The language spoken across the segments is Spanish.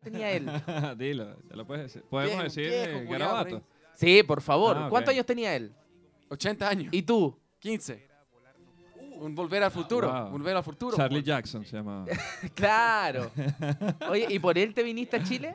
tenía él? Dilo, te lo puedes decir. Podemos Viejo, decir viejo, eh, culiao, por garabato. Sí, por favor. Ah, ok. ¿Cuántos años tenía él? 80 años. ¿Y tú? 15. Un volver al futuro. wow. Volver al pues. futuro. Charlie Jackson se llamaba. Claro. Oye, ¿y por él te viniste a Chile?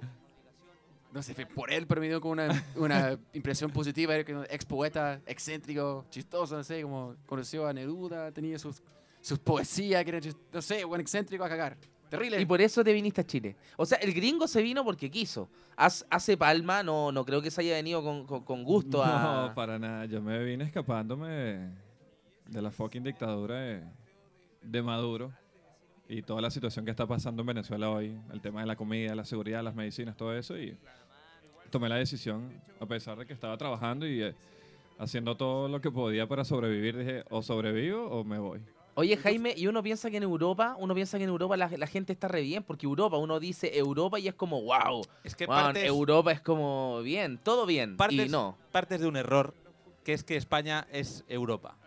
No sé, fue por él, pero me dio como una, una impresión positiva. Era como ex poeta, excéntrico, chistoso, no sé, como conoció a Neruda, tenía sus, sus poesías, que era, chis- no sé, buen excéntrico a cagar. Terrible. Y por eso te viniste a Chile. O sea, el gringo se vino porque quiso. Haz- Hace palma, no, no creo que se haya venido con, con- con gusto a. No, para nada. Yo me vine escapándome de, de la fucking dictadura de, de Maduro y toda la situación que está pasando en Venezuela hoy. El tema de la comida, la seguridad, las medicinas, todo eso. Y tomé la decisión, a pesar de que estaba trabajando y eh, haciendo todo lo que podía para sobrevivir, dije, o sobrevivo o me voy. Oye, Jaime, y uno piensa que en Europa, uno piensa que en Europa la, la gente está re bien, porque Europa, uno dice Europa y es como, wow. Es que weón, partes, Europa es como bien, todo bien. Partes- Y no. partes de un error, que es que España es Europa.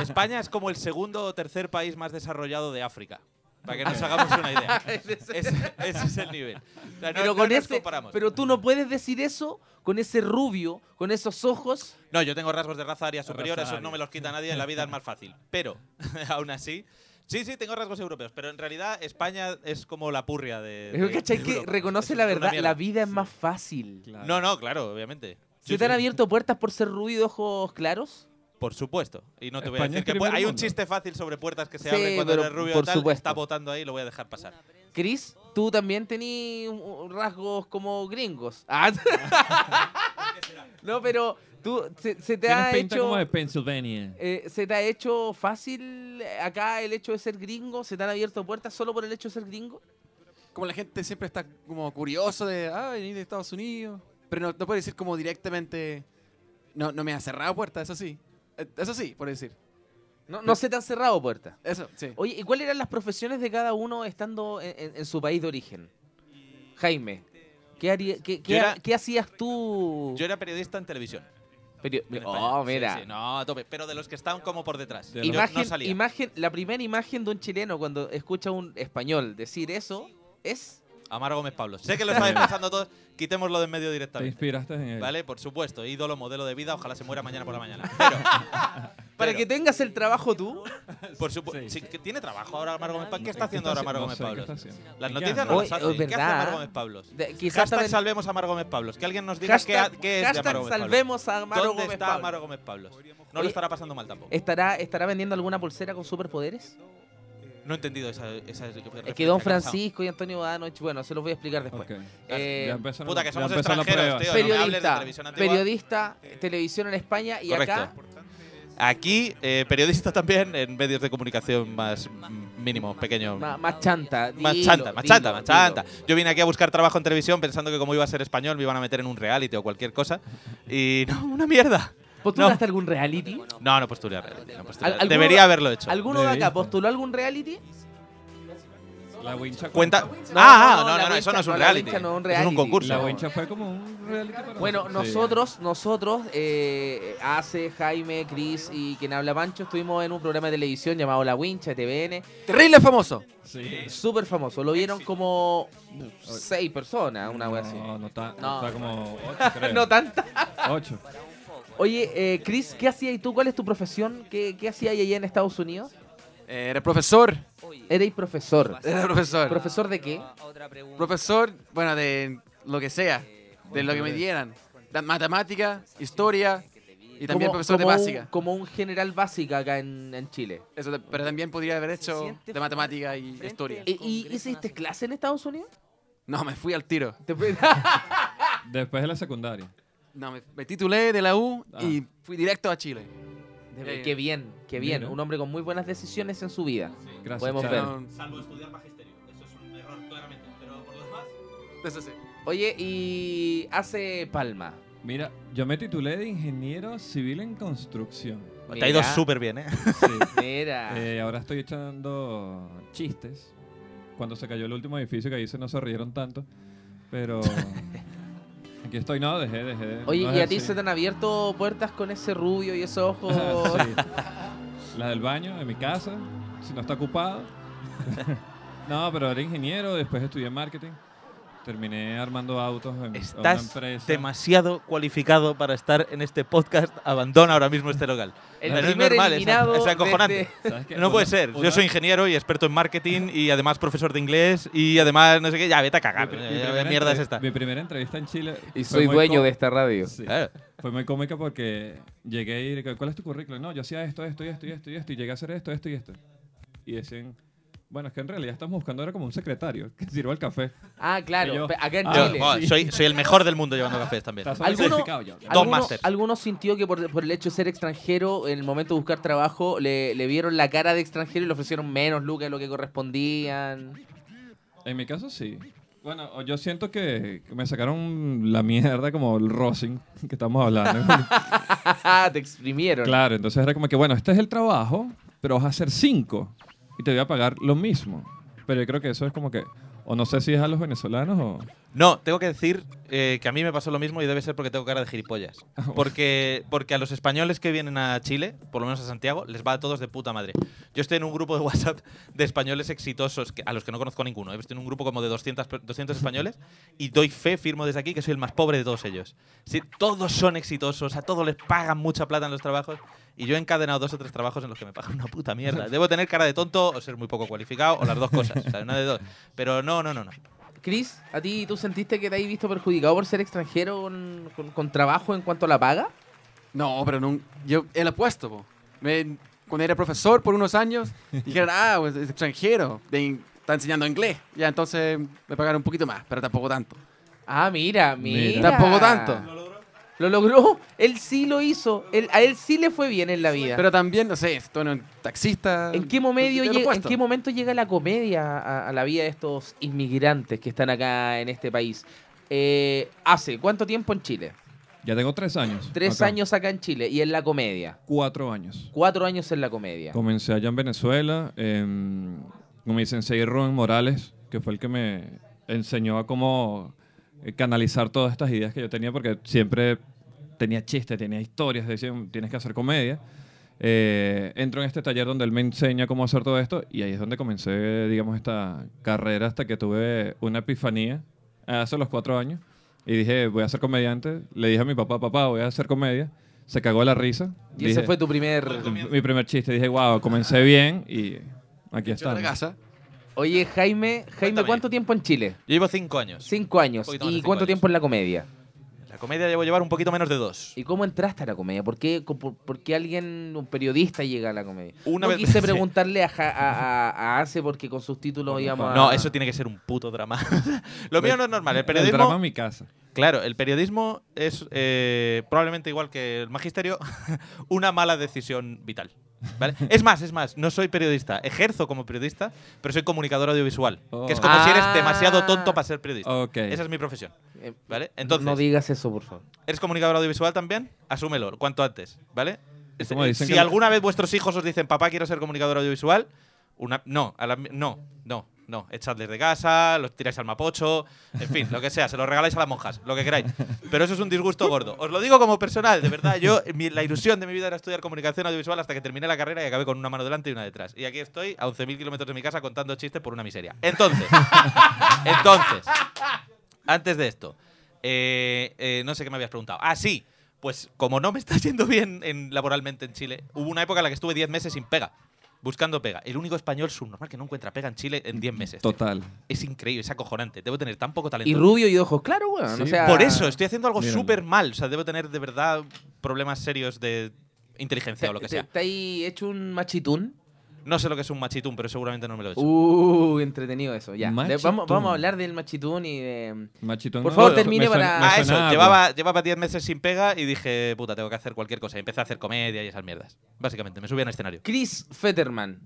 España es como el segundo o tercer país más desarrollado de África. Para que nos hagamos una idea. Ese, ese es el nivel. O sea, Ah, no- pero no con nos ese, comparamos. pero tú no puedes decir eso con ese rubio, con esos ojos. No, yo tengo rasgos de raza aria Raza superior, eso aria. no me los quita nadie, en la vida es más fácil. Pero, aún así, sí, sí, tengo rasgos europeos, pero en realidad España es como la purria de. Pero de- ¿cachai? de Que Europa. reconoce Es la una verdad, mierda. la vida es más fácil. Claro. No, no, claro, obviamente. ¿Se te han abierto puertas por ser rubio de ojos claros? Por supuesto. Y no te voy a España decir es que primer pu- hay un mundo. chiste fácil sobre puertas que se Sí, abren cuando pero eres rubio por o tal, supuesto. está votando ahí, lo voy a dejar pasar. Chris, tú también tenías rasgos como gringos. Ah. no, pero tú se, se te Tienes ha pinta hecho como de Pennsylvania. eh, se te ha hecho fácil eh, acá el hecho de ser gringo, se te han abierto puertas solo por el hecho de ser gringo. Como la gente siempre está como curioso de, ah, venir de Estados Unidos. Pero no, no puede decir como directamente, no, no me ha cerrado puerta, eso sí. Eh, Eso sí, por decir. No, no se te han cerrado puertas. Eso, sí. Oye, ¿y cuáles eran las profesiones de cada uno estando en, en- en su país de origen? Jaime, ¿qué, haría- qué- qué Yo ha- era- qué hacías tú? Yo era periodista en televisión. Perio- en España. oh, Sí, mira. sí, no, a tope. Pero de los que estaban como por detrás. De Yo los- Imagen, no salía. imagen, la primera imagen de un chileno cuando escucha a un español decir eso es. Amaro Gómez Pablo. Sé que lo estáis pensando todos, quitémoslo de en medio Te directamente. inspiraste en él. ¿Vale? Por supuesto, ídolo, modelo de vida, ojalá se muera mañana por la mañana. Pero, Para pero, que tengas el trabajo tú. por supuesto, Sí. que tiene trabajo ahora Amaro Gómez Pablo. ¿Qué está ¿Qué haciendo ahora haciendo? Amaro No Gómez sé, ¿qué Pablo? está haciendo? Las ¿En noticias qué no anda? las Hoy- hacen. es ¿Qué hace Amaro verdad. Gómez Pablo? De- quizás Hashtag también- salvemos a Amaro Gómez Pablo. Que alguien nos diga qué, ha- hashtag- qué es de hashtag Amaro Gómez Pablo. salvemos a Amaro ¿Dónde Gómez está Pablo. Amaro Gómez Pablo? No Oye- lo estará pasando mal tampoco. ¿Estará, ¿Estará vendiendo alguna pulsera con superpoderes? No he entendido esa, esa Es que Don referencia ha pasado. Francisco y Antonio Badanoch, bueno, se los voy a explicar después. Ok. Eh, Ya empezaron- Puta, que ya somos empezó la extranjeros, prueba. tío. no me hables de periodista, televisión antigua. periodista, televisión en España y Correcto. acá. Aquí, eh, periodista también en medios de comunicación más mm, mínimo, pequeño. ma- Más chanta. Más dilo, chanta, más chanta, dilo, más chanta. dilo. Yo vine aquí a buscar trabajo en televisión pensando que como iba a ser español me iban a meter en un reality o cualquier cosa. Y no, una mierda. ¿Postulaste algún reality? No, no postulé a reality. no postulé Al- a reality. alguno- Debería haberlo hecho. ¿Alguno de acá Debiste. postuló algún reality? La wincha Cuenta. No, no, Ah, ah, no, la no, no, eso wincha- no es un no, la reality. wincha no es un Es reality. un concurso. La No. wincha fue como un reality para Bueno, nosotros. Sí. nosotros, nosotros, eh, hace Jaime, Chris y quien habla Pancho, estuvimos en un programa de televisión llamado La Wincha, TVN, Terrible famoso. Sí. súper famoso. Lo vieron como seis personas, Ah, una wea así. No, no está, No. está como 8, creo. No tanta. Ocho. Oye, eh, Chris, ¿qué hacías y tú? ¿Cuál es tu profesión? ¿Qué, qué hacías allá en Estados Unidos? Eh, Era profesor. Eres profesor. Era profesor. ¿Profesor de qué? Profesor, bueno, de lo que sea, de lo que me dieran. Da- Matemática, historia y también Como- profesor de como un- básica. como un general básica acá en, en Chile. Eso, ta- pero también podría haber hecho de matemática y historia. ¿Y, y hiciste clase en Estados Unidos? No, me fui al tiro. ¿Te fue- Después de la secundaria. No, me, me titulé de la U Ah. y fui directo a Chile. De- qué bien, qué bien. Mira. Un hombre con muy buenas decisiones en su vida. Gracias. Podemos Charo. ver. No, Salvo estudiar magisterio. Eso es un error, claramente. Pero por lo demás. eso sí. Oye, y hace palma. Mira, yo me titulé de ingeniero civil en construcción. Te ha ido Mira, súper bien, ¿eh? Sí. Mira. Eh, ahora estoy echando chistes. Cuando se cayó el último edificio que hice no se rieron tanto. Pero aquí estoy, no, dejé, dejé. de- Oye, ¿y no a ejercí. ti se te han abierto puertas con ese rubio y esos ojos? Sí. La del baño, de mi casa, si no está ocupado. No, pero era ingeniero, después estudié marketing. Terminé armando autos en una Estás empresa. demasiado cualificado para estar en este podcast. Abandona ahora mismo este local. El Pero es primer normal, es- eliminado es acojonante. desde- ¿Sabes qué? No puede Una- ser. Yo una- soy ingeniero y experto en marketing y además profesor de inglés y además no sé qué. Ya, vete a mi cagar. pr- mi Ya, ya, primera Ah, mierda es entre- esta. Mi primera entrevista en Chile. Y fue soy muy dueño co- de esta radio. Sí. Claro. Fue muy cómica porque llegué y dije, ¿cuál es tu currículum? No, yo hacía esto, esto y esto y esto y esto y llegué a hacer esto, esto y esto. Y decían, bueno, es que en realidad estamos buscando ahora como un secretario que sirva el café. Ah, claro. Y yo- pe- Acá en Ah, Yo, Chile. bueno, soy, soy el mejor del mundo llevando cafés también. Está ¿Alguno- sobrecalificado yo. Dos ¿Alguno, másters. alguno sintió que por, por el hecho de ser extranjero, en el momento de buscar trabajo, le, le vieron la cara de extranjero y le ofrecieron menos lucas de lo que correspondían? En mi caso sí. Bueno, o yo siento que que me sacaron la mierda como el rosin que estamos hablando. Ah, Te exprimieron. claro, entonces era como que, bueno, este es el trabajo, pero vas a hacer cinco y te voy a pagar lo mismo. Pero yo creo que eso es como que, o no sé si es a los venezolanos o... No, tengo que decir eh, que a mí me pasó lo mismo y debe ser porque tengo cara de gilipollas. Porque, porque a los españoles que vienen a Chile, por lo menos a Santiago, les va a todos de puta madre. Yo estoy en un grupo de WhatsApp de españoles exitosos, que- a los que no conozco ninguno. ¿eh? Estoy en un grupo como de 200, per- 200 españoles y doy fe, firmo desde aquí, que soy el más pobre de todos ellos. Sí, todos son exitosos, a todos les pagan mucha plata en los trabajos y yo he encadenado dos o tres trabajos en los que me pagan una puta mierda. Debo tener cara de tonto o ser muy poco cualificado o las dos cosas. o sea, una de dos. Pero no, no, no, no. Chris, ¿a ti tú sentiste que te has visto perjudicado por ser extranjero con, con- con trabajo en cuanto a la paga? No, pero no, yo el apuesto. po. Me- cuando era profesor por unos años, dijeron, ah, pues, es extranjero, de in- está enseñando inglés. Ya entonces me pagaron un poquito más, pero tampoco tanto. Ah, mira, mira. Mira. Tampoco tanto. Lo logró. Él sí lo hizo. Él- a él sí le fue bien en la vida. Pero también, no sé, estoy en un taxista. ¿En qué, momento de lo llega, ¿En opuesto. qué momento llega la comedia a, a la vida de estos inmigrantes que están acá en este país? Eh, ¿Hace cuánto tiempo en Chile? Ya tengo tres años. Tres acá. años acá en Chile y en la comedia. Cuatro años. Cuatro años en la comedia. Comencé allá en Venezuela em, con mi sensei Rubén Morales, que fue el que me enseñó a cómo eh, canalizar todas estas ideas que yo tenía, porque siempre tenía chistes, tenía historias, decían, tienes que hacer comedia. Eh, entro en este taller donde él me enseña cómo hacer todo esto y ahí es donde comencé, digamos, esta carrera hasta que tuve una epifanía hace los cuatro años y dije, voy a ser comediante. Le dije a mi papá, papá, voy a hacer comedia. Se cagó la risa. Y ese Dije- fue tu primer... mi primer chiste. Dije, wow, comencé bien y aquí Yo de la estamos. casa. Oye, Jaime, Jaime, Cuéntame. ¿cuánto tiempo en Chile? Yo llevo cinco años. Cinco años. poquito más de ¿Y cinco cuánto años. tiempo en la comedia? La comedia debo llevar un poquito menos de dos. ¿Y cómo entraste a la comedia? ¿Por qué, co- por, por qué alguien, un periodista, llega a la comedia? Una no vez- quise sí. preguntarle a, Ja- a, a- a Ace porque con sus títulos íbamos a... No, eso tiene que ser un puto drama. Lo mío no es normal. El El drama en periodismo, mi casa. claro, el periodismo es eh, probablemente igual que el magisterio, una mala decisión vital. ¿vale? Es más, es más, no soy periodista. Ejerzo como periodista, pero soy comunicador audiovisual. Que es como si Oh. eres demasiado Ah. tonto para ser periodista. Ok. Esa es mi profesión. Eh, ¿Vale? Entonces, No digas eso, por favor. ¿eres comunicador audiovisual también? Asúmelo, cuanto antes, ¿vale? Es como Eh, dicen si que- alguna vez vuestros hijos os dicen, papá, quiero ser comunicador audiovisual, una, no, a la- no, no, no, echadles de casa, los tiráis al mapocho, en fin, lo que sea, se los regaláis a las monjas, lo que queráis. Pero eso es un disgusto gordo. Os lo digo como personal, de verdad, yo, mi- la ilusión de mi vida era estudiar comunicación audiovisual hasta que terminé la carrera y acabé con una mano delante y una detrás. Y aquí estoy, a 11.000 kilómetros de mi casa, contando chistes por una miseria. Entonces, entonces, antes de esto, eh, eh, no sé qué me habías preguntado. Ah, sí. Pues como no me está yendo bien en- laboralmente en Chile, hubo una época en la que estuve 10 meses sin pega, buscando pega. El único español subnormal que no encuentra pega en Chile en 10 meses. Total. Es increíble, es acojonante. Debo tener tan poco talento. Y rubio y de ojos claro, weón. Sí. o sea- Por eso, estoy haciendo algo Míralo. súper mal. O sea, debo tener de verdad problemas serios de inteligencia o lo que ¿Te- sea. ¿Te, te has hecho un machitún? No sé lo que es un machitún, pero seguramente no me lo he hecho. Uh, entretenido eso, ya. De- Machitún. vamos, vamos a hablar del machitún y de... em, Machito Por no, favor, me termine suena- para- me Ah, suena eso. algo. Llevaba, llevaba 10 meses sin pega y dije, puta, tengo que hacer cualquier cosa. Y empecé a hacer comedia y esas mierdas. Básicamente, me subí a un escenario. Chris Fetterman.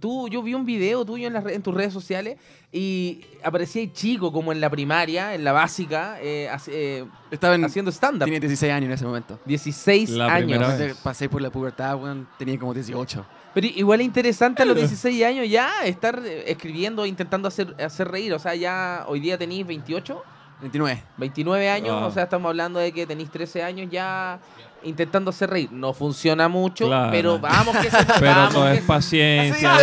Tú, yo vi un video tuyo en, las re- en tus redes sociales y aparecía ahí chico como en la primaria, en la básica, eh, hace- eh, Estaba en, haciendo stand-up. tenía 16 años en ese momento. 16 Mm. La primera años. vez. Entonces, pasé por la pubertad, weón, tenía como 18. Pero igual es interesante a los 16 años eh, ya estar eh, escribiendo, intentando hacer, hacer reír. O sea, ya hoy día tenéis 28. 29. 29 años, Ah. o sea, estamos hablando de que tenéis 13 años ya intentando hacer reír. No funciona mucho, Claro. pero vamos que se Pero vamos todo que es se- paciencia,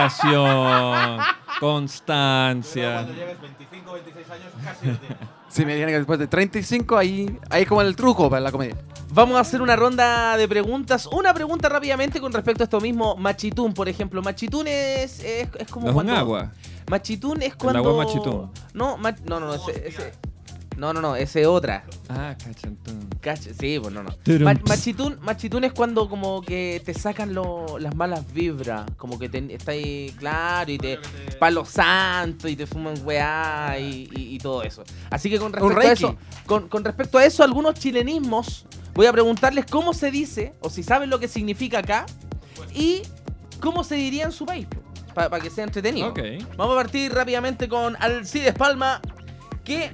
dedicación, constancia. cuando lleves 25 o 26 años casi lo tienes. Si me dijeron que después de 35, ahí, ahí es como el truco para la comedia. Vamos a hacer una ronda de preguntas. Una pregunta rápidamente con respecto a esto mismo. Machitún, por ejemplo. Machitún es, es, es como No es un cuando... agua. Machitún es agua cuando... machitún. No, ma- no, no, no, ese, ese- No, no, no, ese es otra. Ah, cachantón. Cacha- Sí, pues no, no. Turum, Ma- ps. machitún, machitún es cuando como que te sacan lo- las malas vibras. Como que te, está ahí, claro, y te... Palo santo y te fuman weá y, y- y todo eso. Así que con respecto a reiki. eso, con, con respecto a eso, algunos chilenismos, voy a preguntarles cómo se dice, o si saben lo que significa acá, y cómo se diría en su país, para que sea entretenido. Ok. Vamos a partir rápidamente con Alcides Palma, que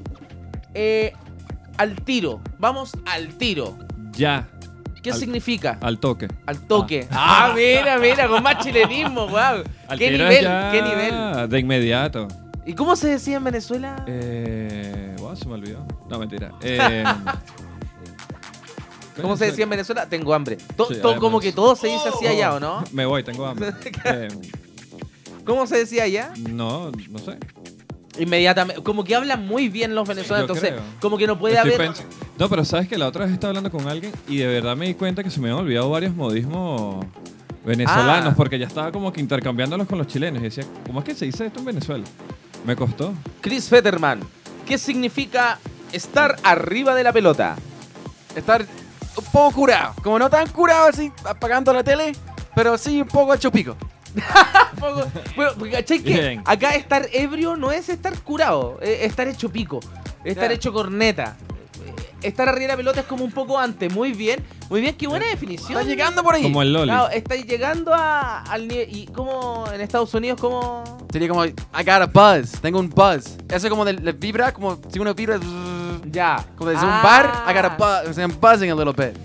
eh, al tiro, vamos al tiro. Ya, ¿Qué Al- significa? al toque. Al toque. Ah, mira, mira, con más chilenismo, wow. Al ¿Qué tiro nivel? ya, ¿Qué nivel? De inmediato. ¿Y cómo se decía en Venezuela? Eh, wow, se me olvidó. No, mentira. Eh, ¿Cómo se decía en Venezuela? Tengo hambre. To- Sí, to- además. como que todo se dice así allá, ¿o no? Oh, Me voy, tengo hambre. Eh, ¿Cómo se decía allá? no, no sé. Inmediatamente. Como que hablan muy bien los venezolanos, yo entonces, creo. como que no puede Estoy haber. pens- No, pero sabes que la otra vez estaba hablando con alguien y de verdad me di cuenta que se me habían olvidado varios modismos venezolanos Ah. porque ya estaba como que intercambiándolos con los chilenos y decía, ¿cómo es que se dice esto en Venezuela? Me costó. Chris Fetterman, ¿qué significa estar arriba de la pelota? Estar un poco curado. Como no tan curado así, apagando la tele, pero sí un poco hecho pico. Poco- Bueno, porque, ¿cachai que Bien. acá estar ebrio no es estar curado, es estar hecho pico, estar Ya. hecho corneta. Estar arriba de la pelota es como un poco antes. Muy bien, muy bien, qué buena definición. Está llegando por ahí. Como el Loli. Claro, estáis llegando a, al nivel. ¿Y cómo en Estados Unidos, cómo.? Sería como, I got a buzz, tengo un buzz. Eso es como de, de vibra, como si uno vibra, como Ya. desde un Ah. bar, I got a buzz, o sea, I'm buzzing a little bit.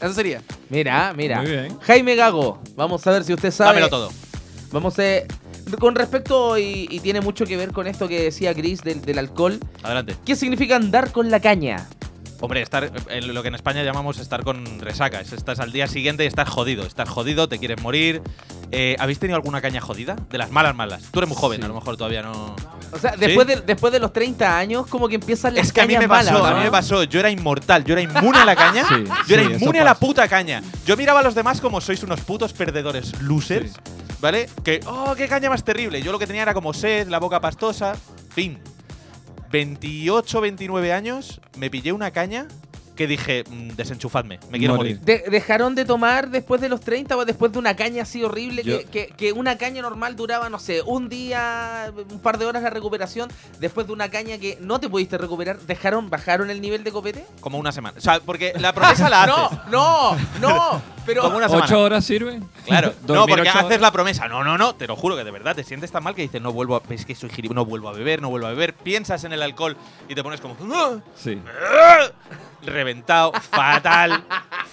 Eso sería. Mira, mira. Muy bien. Jaime Gago, vamos a ver si usted sabe. Dámelo todo. Vamos a. Con respecto, y, y tiene mucho que ver con esto que decía Chris del, del alcohol, Adelante. ¿qué significa andar con la caña? Hombre, estar eh, lo que en España llamamos estar con resaca. Es Estás al día siguiente y estás jodido. Estás jodido, te quieres morir. Eh, ¿Habéis tenido alguna caña jodida? De las malas, malas. Tú eres muy joven, Sí. a lo mejor todavía no. O sea, ¿Sí? después, de, después de los 30 años, como que empiezan las Es que a mí cañas me pasó, malas, a mí ¿no? me pasó. Yo era inmortal, yo era inmune a la caña. Sí, sí, yo era eso inmune a la pasa. puta caña. Yo miraba a los demás como sois unos putos perdedores, losers, Sí. ¿vale? Que, oh, qué caña más terrible. Yo lo que tenía era como sed, la boca pastosa, fin. 28, 29 años, me pillé una caña que dije, mm, desenchufadme, me quiero Morir. morir. De- ¿Dejaron de tomar después de los 30 o después de una caña así horrible? Yo- Que, que- que una caña normal duraba, no sé, un día, un par de horas la recuperación. Después de una caña que no te pudiste recuperar, ¿dejaron, bajaron el nivel de copete? Como una semana. O sea, porque la promesa la haces. No, no, no, pero... Como una semana. ¿Ocho horas sirven? Claro, no, Dormir porque ocho haces horas. la promesa. No, no, no, te lo juro que de verdad te sientes tan mal que dices, no vuelvo a, es que soy gilip- no vuelvo a beber, no vuelvo a beber. Piensas en el alcohol y te pones como, "Ah", Sí. reventado, fatal,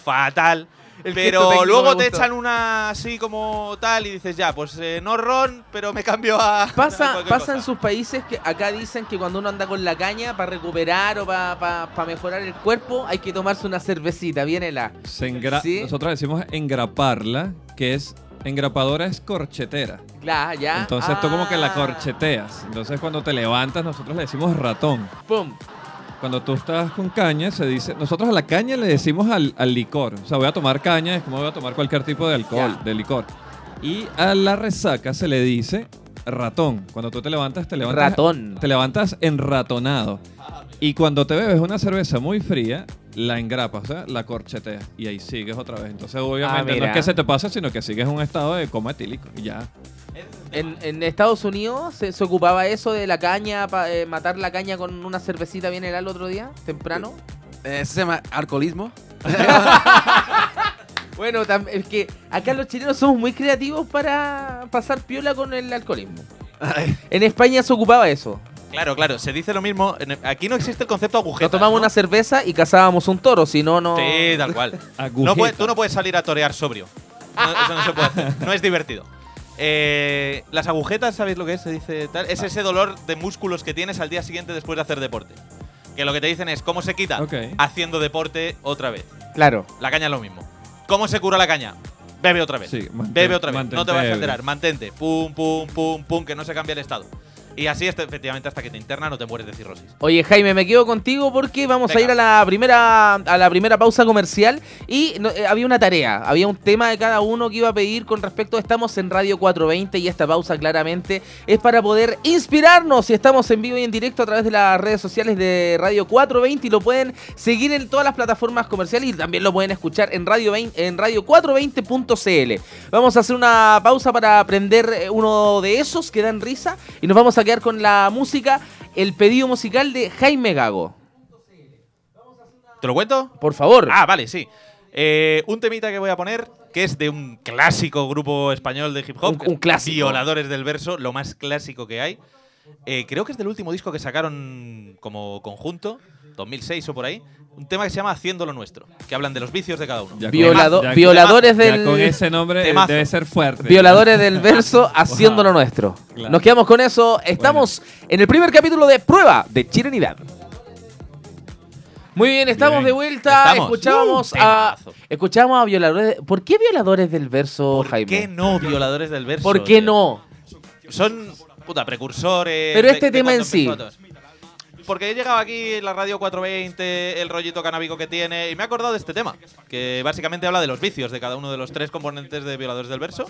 fatal. gesto técnico Pero me luego te gustó. echan una así como tal y dices, ya, pues eh, no ron, pero me cambio a. a Pasa, cualquier pasa en cosa". sus países que acá dicen que cuando uno anda con la caña para recuperar o para mejorar el cuerpo, hay que tomarse una cervecita, viene la... Se engra- Sí. Nosotros decimos engraparla, que es engrapadora es corchetera. la ya. Entonces tú como que la Ah, corcheteas. Entonces cuando te levantas nosotros le decimos ratón. ¡Pum! Cuando tú estás con caña se dice, nosotros a la caña le decimos al, al licor. O sea, voy a tomar caña, es como voy a tomar cualquier tipo de alcohol, Ya. de licor. Y a la resaca se le dice ratón. Cuando tú te levantas, te levantas Ratón. te levantas enratonado. Y cuando te bebes una cerveza muy fría, la engrapas, o sea, la corcheteas. Y ahí sigues otra vez. Entonces, obviamente, no Ah, mira. es que se te pase, sino que sigues en un estado de coma etílico. Y ya. En, en Estados Unidos se, se ocupaba eso de la caña, pa- eh, matar la caña con una cervecita bien helada el otro día, temprano. Eh, Eso se llama alcoholismo. Bueno, tam- es que acá los chilenos somos muy creativos para pasar piola con el alcoholismo. En España se ocupaba eso. Claro, claro, se dice lo mismo. en- Aquí no existe el concepto agujeta. Nos tomábamos ¿no? una cerveza y cazábamos un toro, si no, no... Sí, tal cual. Agujeta. No puede- tú no puedes salir a torear sobrio. No, eso no se puede hacer. No es divertido. Eh, las agujetas, ¿sabéis lo que es? Se dice tal. Es ese dolor de músculos que tienes al día siguiente después de hacer deporte. que lo que te dicen es cómo se quita Ok. haciendo deporte otra vez. Claro. La caña es lo mismo. ¿Cómo se cura la caña? Bebe otra vez. Sí, mantén- Bebe otra vez. No te mantente vas a ebrio. alterar. Mantente. Pum, pum, pum, pum, que no se cambia el estado. Y así, este- efectivamente, hasta que te interna no te mueres de cirrosis. Oye, Jaime, me quedo contigo porque vamos a Venga. ir a la primera a la primera pausa comercial y no- eh, había una tarea, había un tema de cada uno que iba a pedir con respecto a estamos en Radio 420 y esta pausa claramente es para poder inspirarnos y estamos en vivo y en directo a través de las redes sociales de Radio 420 y lo pueden seguir en todas las plataformas comerciales y también lo pueden escuchar en Radio 20 en Radio 420.cl. Vamos a hacer una pausa para aprender eh, uno de esos que dan risa y nos vamos a quedar con la música el pedido musical de Jaime Gago. ¿Te lo cuento? Por favor. Ah, vale, sí. Eh, un temita que voy a poner, que es de un clásico grupo español de hip hop. Un- un clásico. Violadores del verso, lo más clásico que hay. Eh, creo que es del último disco que sacaron como conjunto, 2006 o por ahí. Un tema que se llama Haciendo lo Nuestro, que hablan de los vicios de cada uno. Ya con- Violado- ya con- violadores ya del con ese nombre eh, Temazo. debe ser fuerte. violadores del verso haciéndolo Wow. nuestro. Claro. Nos quedamos con eso. Estamos en el primer capítulo de Prueba de Chilenidad. Muy bien, estamos Bien. de vuelta. Estamos. Escuchábamos Uh, a temazo. escuchábamos a violadores. de- ¿Por qué violadores del verso, ¿Por Jaime? qué no Violadores del verso? ¿Por qué tío? no? son puta precursores. Pero este tema cuando en sí. empezó todo eso. Porque he llegado aquí, la radio 420, el rollito canábico que tiene, y me he acordado de este tema, que básicamente habla de los vicios de cada uno de los tres componentes de Violadores del Verso.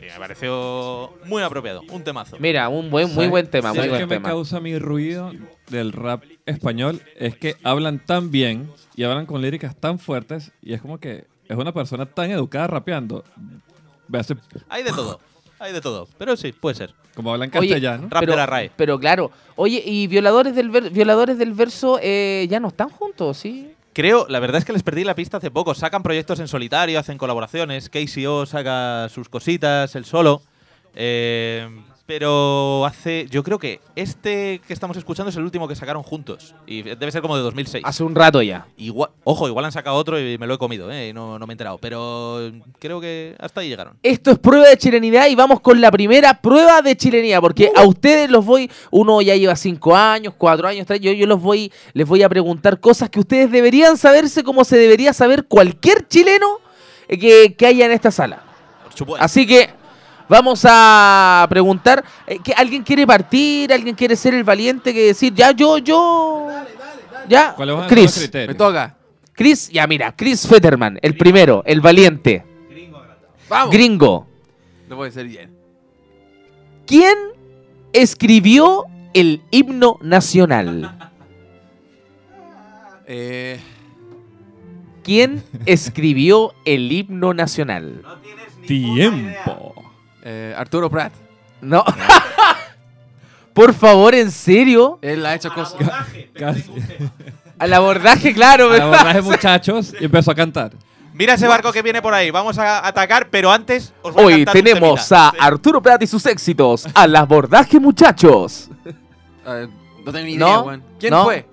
Y me pareció muy apropiado, un temazo. Mira, un buen, muy ¿Sabes- buen tema, muy ¿sabes buen qué me tema. causa mi ruido del rap español? Es que hablan tan bien y hablan con líricas tan fuertes y es como que es una persona tan educada rapeando. Ve hace- Hay de todo, hay de todo. Pero sí, puede ser. Como hablan Oye, castellano. Rap de pero, la RAE. pero claro, oye, y violadores del Ver- violadores del verso eh, ya no están juntos, ¿sí? Creo, la verdad es que les perdí la pista hace poco. Sacan proyectos en solitario, hacen colaboraciones. KCO saca sus cositas, el solo. Eh, pero hace. Yo creo que este que estamos escuchando es el último que sacaron juntos. Y debe ser como de 2006. Hace un rato ya. Igual- ojo, igual han sacado otro y me lo he comido, eh, y no, no me he enterado. Pero creo que hasta ahí llegaron. Esto es prueba de chilenidad y vamos con la primera prueba de chilenidad, porque a ustedes los voy, uno ya lleva cinco años, cuatro años, tres, yo, yo los voy, les voy a preguntar cosas que ustedes deberían saberse como se debería saber cualquier chileno eh, que, que haya en esta sala. Por supuesto. Así que vamos a preguntar, eh, que ¿alguien quiere partir? ¿Alguien quiere ser el valiente que decir, ya, yo, yo? ¿Ya? ¿Cuáles van a ser los Chris, criterios? Me toca. Chris, ya mira, Chris Fetterman, el primero, el valiente, Vamos. gringo. Lo voy a hacer bien. ¿Quién escribió el himno nacional? Eh, ¿Quién escribió el himno nacional? Tiempo. eh, Arturo Pratt. No. Por favor, en serio. Él ha hecho cosas. Ah. Casi. Al abordaje, claro, Al ¿verdad? abordaje, muchachos y empezó a cantar. Mira ese barco que viene por ahí. Vamos a atacar, pero antes os voy a Hoy cantar un tenemos temita. a Arturo Prat y sus éxitos. Al abordaje, muchachos. Eh, no tengo ni idea, No, weón. ¿Quién no. fue?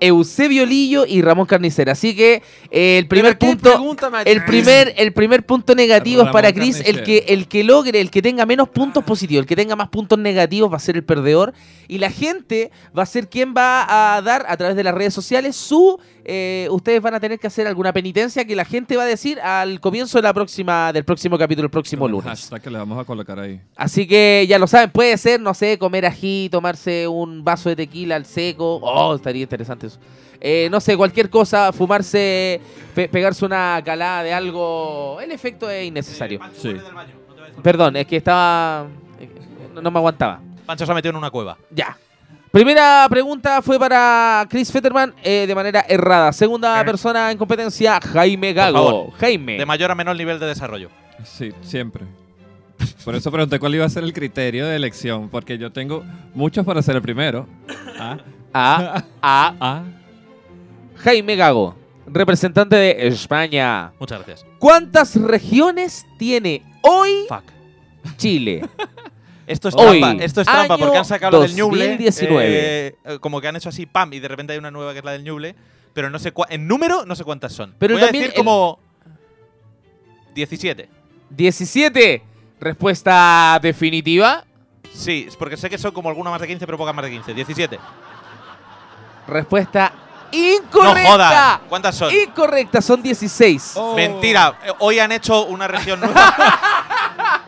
Eusebio Lillo y Ramón Carnicera. Así que eh, el primer ¿Pero qué punto. pregunta me- El primer, el primer punto negativo es Ramón para Chris, el Carnicero. que, el que logre, el que tenga menos puntos positivos, el que tenga más puntos negativos va a ser el perdedor. Y la gente va a ser quien va a dar a través de las redes sociales su... eh, ustedes van a tener que hacer alguna penitencia que la gente va a decir al comienzo de la próxima, del próximo capítulo, el próximo Con el lunes. Hashtag que le vamos a colocar ahí. Así que ya lo saben, puede ser, no sé, comer ají, tomarse un vaso de tequila al seco. Oh, estaría interesante eso. Eh, no sé, cualquier cosa, fumarse, pe- pegarse una calada de algo. El efecto es innecesario. Sí. Perdón, es que estaba. eh, No, no me aguantaba. Pancho se ha metido en una cueva. Ya. Primera pregunta fue para Chris Fetterman eh, de manera errada. Segunda persona en competencia, Jaime Gago. favor. Jaime. De mayor a menor nivel de desarrollo. Sí, siempre. Por eso pregunté cuál iba a ser el criterio de elección, porque yo tengo muchos para ser el primero. Ah, A, a ah. Jaime Gago, representante de España. Muchas gracias. ¿Cuántas regiones tiene hoy Fuck. Chile? Esto es Hoy, trampa, esto es trampa, año porque han sacado lo del Ñuble. 2019. eh, eh, como que han hecho así, pam, y de repente hay una nueva que es la del Ñuble. Pero no sé cua- en número no sé cuántas son. Pero Voy a también decir el- como 17. 17. Respuesta definitiva. Sí, es porque sé que son como alguna más de 15, pero pocas más de 15. 17. Respuesta No incorrecta. jodas. ¿Cuántas son? Incorrecta, son 16. Oh. Mentira. Eh, Hoy han hecho una región nueva.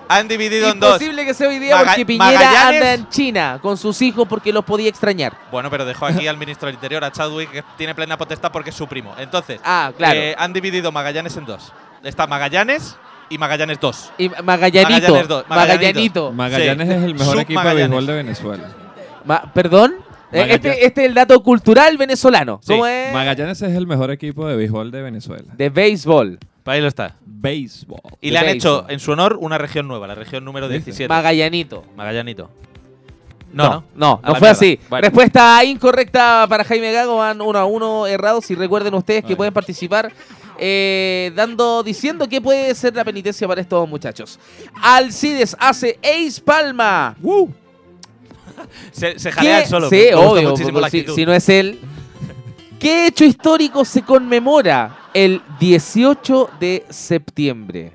han dividido en dos. Imposible que sea hoy día Maga- porque Piñera Magallanes. anda en China con sus hijos porque los podía extrañar. Bueno, pero dejó aquí al ministro del Interior, a Chadwick, que tiene plena potestad porque es su primo. Entonces, Ah, claro. eh, han dividido Magallanes en dos. Está Magallanes y Magallanes 2. y Magallanito. Magallanes dos, Magallanito. Magallanes Sí. es el mejor Sub equipo de Magallanes. béisbol de Venezuela. Ma- ¿Perdón? Eh, Magallanes. Este, este es el dato cultural venezolano. Sí, ¿Cómo es? Magallanes es el mejor equipo de béisbol de Venezuela. de béisbol. Pues Ahí lo está. Béisbol. Y le han Veis. hecho en su honor una región nueva, la región número ¿Viste? 17. Magallanito. Magallanito. No, no. no, A no la fue mierda. así. Bueno. Respuesta incorrecta para Jaime Gago, van uno a uno errados y recuerden ustedes que Ay. pueden participar eh, dando, diciendo que puede ser la penitencia para estos muchachos. Alcides hace Ace Palma. Se, se jalea ¿Qué? él solo. Sí, me gusta obvio, muchísimo porque la si, actitud. si no es él. ¿Qué hecho histórico se conmemora el 18 de septiembre?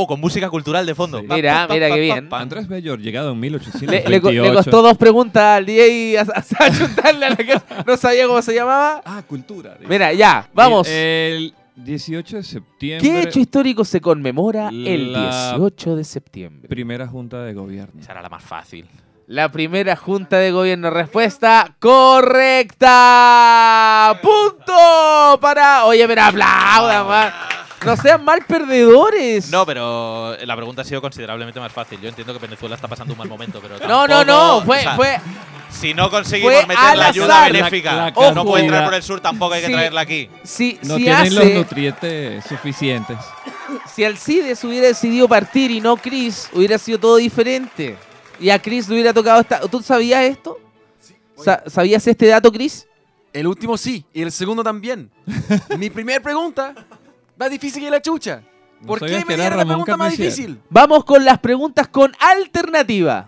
Oh, con música cultural de fondo. Sí. Pa, Mira, pa, pa, mira pa, qué pa, bien. pa. Andrés Bellor, llegado en Le, le co- 1828. le costó dos preguntas al DJ y a, a- a chutarle a la que no sabía cómo se llamaba. Ah, cultura. dice. Mira, ya, vamos. Eh, El 18 de septiembre. ¿Qué hecho histórico se conmemora el La- 18 de septiembre? Primera junta de gobierno. Esa era la más fácil. La primera junta de gobierno. Respuesta correcta. Punto para. Oye, pero aplaudan, man. No sean mal perdedores. No, pero la pregunta ha sido considerablemente más fácil. Yo entiendo que Venezuela está pasando un mal momento, pero no, tampoco- no, no. o Fue, sea, fue. Si no conseguimos fue meter al la ayuda azar. benéfica, La- la cantidad- no puede entrar por el sur, tampoco hay que Sí. traerla aquí. Si, No si tienen hace. los nutrientes suficientes. Si Alcides E hubiera decidido partir y no Chris, hubiera sido todo diferente. Y a Chris le hubiera tocado esta. ¿Tú sabías esto? Sa- ¿Sabías este dato, Chris? El último sí, y el segundo también. Mi primera pregunta, más difícil que la chucha. No ¿Por sabías qué que me era dieron la Ramón pregunta más Carnicero. difícil? Vamos con las preguntas con alternativa.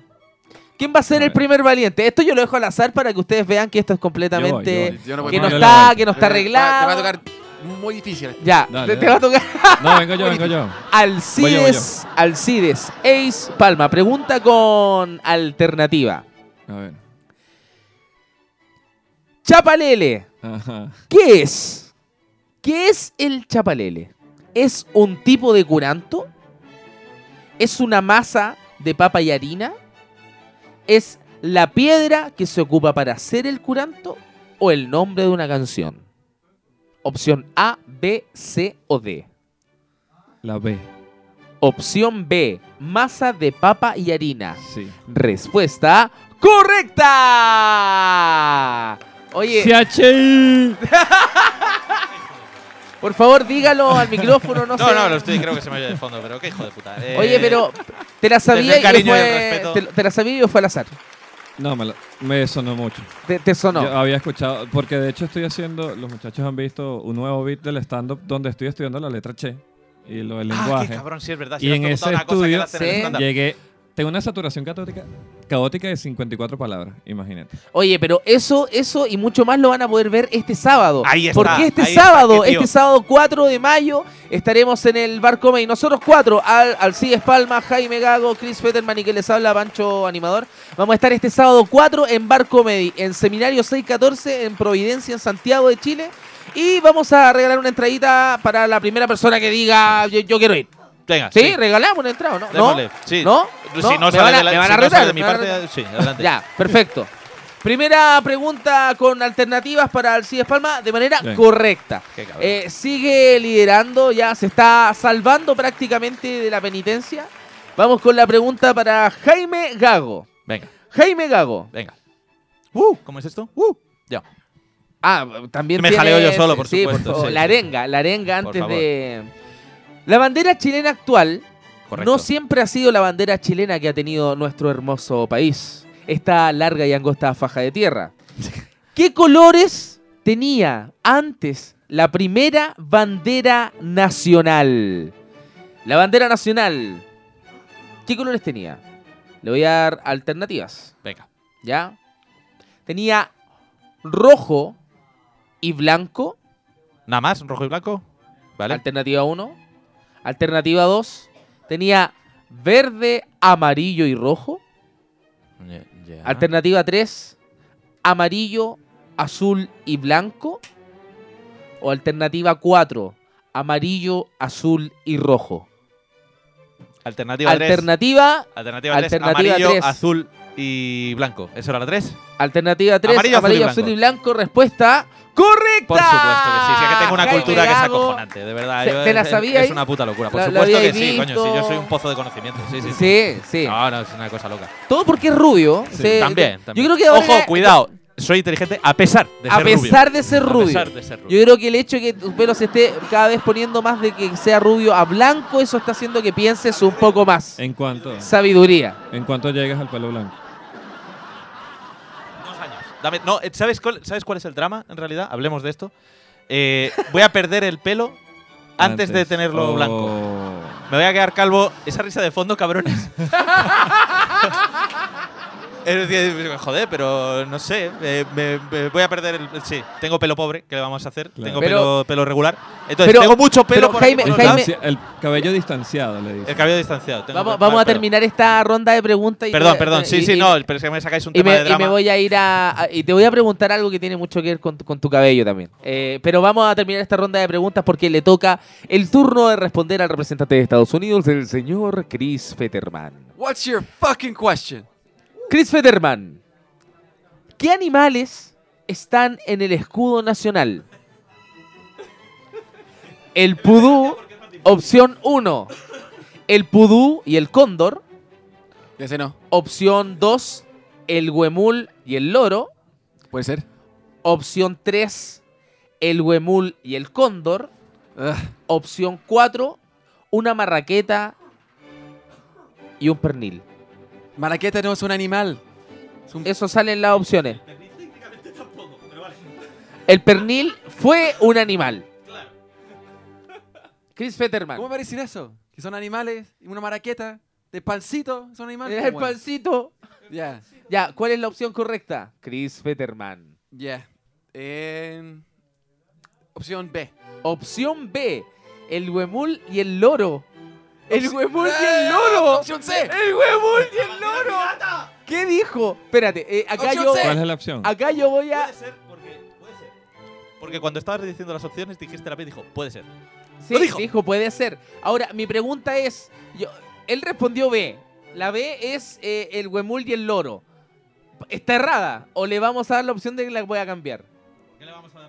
¿Quién va a ser A el ver. primer valiente? Esto yo lo dejo al azar para que ustedes vean que esto es Yo voy, yo completamente. voy. Yo no voy Que no Bueno, yo con- la está, voy. Eh, que no está Te Eh, va- Te va a arreglado. tocar muy difícil. Ya, Dale, te, te dale. va a tocar. No, vengo yo, vengo yo. Voy yo, voy yo. Alcides, Alcides, Ace Palma. Pregunta con alternativa. A ver. Chapalele. Ajá. ¿Qué es? ¿Qué es el chapalele? ¿Es un tipo de curanto? ¿Es una masa de papa y harina? ¿Es la piedra que se ocupa para hacer el curanto? ¿O el nombre de una canción? Opción A, B, C o D. La B. Opción B, masa de papa y harina. Sí. Respuesta correcta. Oye, CHI. por favor dígalo al micrófono, no No, sé. no, lo estoy, creo que se me oye de fondo, pero qué hijo de puta. Eh, Oye, pero te la desde sabía el y cariño y el fue, respeto. te, te la sabía y fue al azar. No, me, la- me sonó mucho. Te, te sonó. Yo había escuchado, porque de hecho estoy haciendo, los muchachos han visto un nuevo beat del stand-up donde estoy estudiando la letra Che y lo del Ah, qué lenguaje. cabrón, sí es verdad. si Y nos en preguntaba ese una cosa que estudio- era hacer el Sí. estándar. Llegué, tengo una saturación caótica, caótica de 54 palabras, imagínate. Oye, pero eso, eso y mucho más lo van a poder ver este sábado. Ahí está, Porque este ahí está, sábado, qué tío. este sábado 4 de mayo, estaremos en el Bar Comedy. Nosotros cuatro, Al, Alcides Palma, Jaime Gago, Chris Fetterman y que les habla Pancho Animador. Vamos a estar este sábado 4 en Bar Comedy, en Seminario 614 en Providencia, en Santiago de Chile. Y vamos a regalar una entradita para la primera persona que diga yo, yo quiero ir. Venga, Sí, regalamos una entrada, ¿no? ¿No? Démosle, sí. ¿No, Si no, no me sale van a, de la- me van si a no sale retar, de mi me van a parte, retar. sí, adelante. Ya, perfecto. Primera pregunta con alternativas para Alcides Palma de manera Bien. correcta. Qué cabrón. Eh, sigue liderando, ya se está salvando prácticamente de la penitencia. Vamos con la pregunta para Jaime Gago. Venga, Jaime Gago. venga. Uh, ¿Cómo es esto? Uh, ya. Ah, también Me tiene- jaleo yo solo, por sí, supuesto, favor, sí, la sí. arenga, la arenga Por antes favor. de... La bandera chilena actual Correcto. No siempre ha sido la bandera chilena que ha tenido nuestro hermoso país, esta larga y angosta faja de tierra. ¿Qué colores tenía antes la primera bandera nacional? La bandera nacional. ¿Qué colores tenía? Le voy a dar alternativas, Venga. ¿ya? Tenía rojo y blanco, Nada más, rojo y blanco. ¿Vale? Alternativa 1. Alternativa 2. Tenía verde, amarillo y rojo. Ya, ya. Alternativa 3. amarillo, azul y blanco. O alternativa 4, amarillo, azul y rojo. Alternativa 3. Alternativa, Alternativa 3. Alternativa Amarillo, tres. azul y blanco. ¿Eso era la 3? alternativa 3, Amarillo, amarillo, azul y azul, y blanco. Respuesta correcta. Por supuesto que sí. Si es que tengo una Jaime cultura que es Gago. acojonante, de verdad. Se- yo- ¿te la es- sabíais? Es una puta locura. Por La- la supuesto que habíais sí, coño. visto. Si yo soy un pozo de conocimiento. Sí, sí, sí. Sí, sí. No, no, es una cosa loca. Todo porque es rubio. Se- también, también. Yo creo que ahora- Ojo, cuidado. Soy inteligente a pesar de A ser rubio. pesar de ser rubio. A pesar de ser rubio. Yo creo que el hecho de que tu pelo se esté cada vez poniendo más de que sea rubio a blanco, eso está haciendo que pienses un poco más. ¿En cuánto? Sabiduría. ¿En cuánto llegas al pelo blanco? Dos años. Dame- no, eh, ¿sabes cuál, ¿sabes cuál es el drama, en realidad? Hablemos de esto. Eh, voy a perder el pelo antes, de tenerlo Oh. blanco. Me voy a quedar calvo. Esa risa de fondo, cabrones. Es decir, Joder, pero no sé. eh, me, me voy a perder el. Sí, tengo pelo pobre, ¿qué le vamos a hacer? Claro. Tengo Pero- pelo, pelo regular. Entonces, pero- tengo mucho pelo pero por aquí, Jaime- por los Jaime- lados. Distancia- El cabello distanciado, le dice. El cabello distanciado. tengo Vamos, pelo- vamos a pelo. terminar esta ronda de preguntas. y- eh, Perdón, perdón. Sí, y- sí, y- no. Pero es que me sacáis un Y tema me, de y drama. me voy a ir a, a- Y te voy a preguntar algo que tiene mucho que ver con tu, con tu cabello también. Eh, pero vamos a terminar esta ronda de preguntas porque le toca el turno de responder al representante de Estados Unidos, el señor Chris Fetterman. What's your fucking question? Chris Federman, ¿qué animales están en el escudo nacional? El pudú, opción 1. El pudú y el cóndor, De ese no. opción 2. El huemul y el loro, ¿Puede ser? opción 3. El huemul y el cóndor, Ugh. opción 4. Una marraqueta y un pernil. Maraqueta no es un animal. Es un Eso salen las opciones. El pernil fue un animal. Chris Fetterman. ¿Cómo va a decir eso? Que son animales, y una maraqueta, de pancito, son animales. El Bueno, pancito. Ya, Ya, ¿cuál es la opción correcta? Chris Fetterman. ya. En- Opción B. Opción B. El huemul y el loro. El Opci- huemul y ¡Eh! el loro. Opción C. El huemul y el loro. ¿Qué dijo? Espérate, eh, acá, Opción yo, C. ¿Cuál es la opción? ah, acá yo voy a... Puede ser, porque. Puede ser. Porque cuando estabas diciendo las opciones, dijiste la P y dijo, puede ser. Sí, Lo dijo. puede ser. Ahora, mi pregunta es, yo- él respondió B. La B es eh, el huemul y el loro. ¿Está errada? ¿O le vamos a dar la opción de que la voy a cambiar?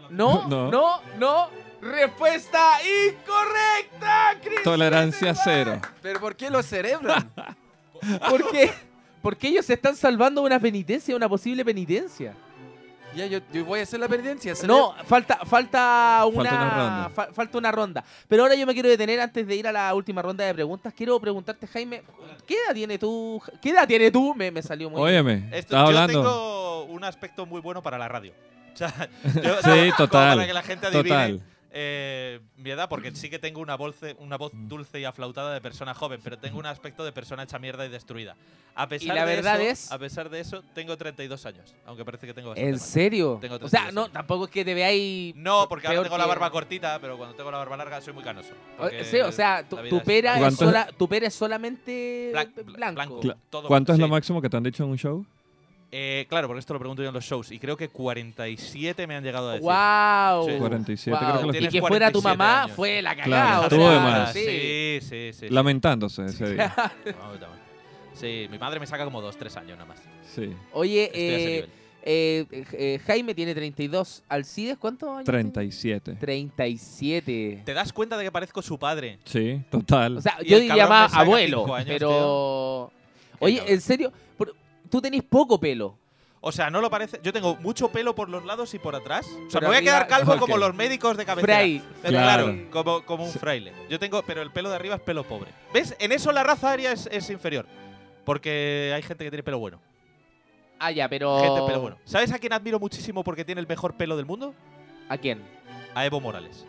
No, no, No. no. Respuesta incorrecta, Chris. Tolerancia cero. ¿Pero por qué lo celebran? ¿Por qué? Porque ellos se están salvando de una penitencia, una posible penitencia. ya, yo, yo voy a hacer la penitencia. cele- No, falta, falta una, Falta una ronda. fa- falta una ronda. Pero ahora yo me quiero detener antes de ir a la última ronda de preguntas. Quiero preguntarte, Jaime, ¿qué edad tiene tú? ¿Qué edad tiene tú? Me, me salió muy bien. Óyeme, Esto- estaba yo hablando. tengo un aspecto muy bueno para la radio. O sea, yo- Sí, como total, Para que la gente adivine Total. eh, mi edad, porque sí que tengo una voz, eh, una voz dulce y aflautada de persona joven, pero tengo un aspecto de persona hecha mierda y destruida. A pesar la de verdad eso, es- A pesar de eso, tengo 32 años, aunque parece que tengo bastante ¿En más. serio? Tengo o sea, 32 no, años. tampoco es que te veáis. No, porque ahora peor tengo la que- barba cortita, pero cuando tengo la barba larga soy muy canoso. O- porque sí, o sea, tu, la vida tu es- pera es ¿Cuánto? sola- tu pera es solamente Blan- blanco. Cla- todo- ¿Cuánto es sí. lo máximo que te han dicho en un show? Eh, claro, porque esto lo pregunto yo en los shows y creo que 47 me han llegado a decir. ¡Wow! Sí. 47, creo que lo Y Tienes que fuera tu 47 mamá años. fue la Claro, cagada. o estuvo de sea, más. sí. Sí, sí, sí. sí. Lamentándose ese día. No, no. Sí, mi madre me saca como 2, 3 años nada más. Sí. Oye, Estoy a ese eh, nivel. Eh, eh, Jaime tiene 32. ¿Alcides cuántos años? tiene? 37. 37. ¿Te das cuenta de que parezco su padre? Sí, total. O sea, Y yo el diría cabrón me más saca abuelo, cinco años, pero... Qué Oye, cabrón. en serio, Por- tú tenés poco pelo. O sea, no lo parece. Yo tengo mucho pelo por los lados y por atrás. O sea, Pero me voy a arriba- quedar calvo Ok. como los médicos de cabecera. Fray. Pero Claro, Claro. como, como un Sí. fraile. Yo tengo, pero el pelo de arriba es pelo pobre. ¿Ves? En eso la raza aria es, es inferior. Porque hay gente que tiene pelo bueno. Ah, ya, pero... Gente, pelo bueno. ¿Sabes a quién admiro muchísimo porque tiene el mejor pelo del mundo? ¿A quién? A Evo Morales.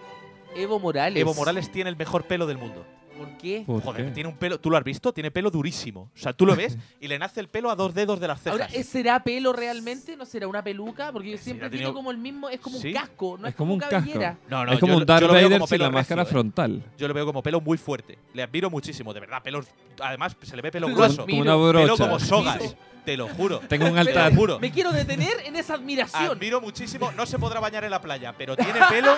Evo Morales. Evo Morales tiene el mejor pelo del mundo. ¿Por qué? ¿Por Joder, qué? tiene un pelo. ¿Tú lo has visto? Tiene pelo durísimo. O sea, tú lo ves y le nace el pelo a dos dedos de las cejas. Ahora, ¿eh, ¿será pelo realmente? ¿No será una peluca? Porque yo Sí, siempre ha tiene tenido- como el mismo, es como Sí. un casco, no es, Es como un casco. cabellera. No, no, es como yo, un Darth yo lo veo Vader como sin pelo la máscara recio, ¿eh? frontal. Yo lo veo como pelo muy fuerte. Le admiro muchísimo, de verdad. Pelo, además, se le ve pelo Lo grueso. admiro. Como una Pelo brocha. como sogas. Admiro. Te lo juro. Tengo un Te lo altar. juro. Me quiero detener en esa admiración. Admiro muchísimo. No se podrá bañar en la playa, pero tiene pelo.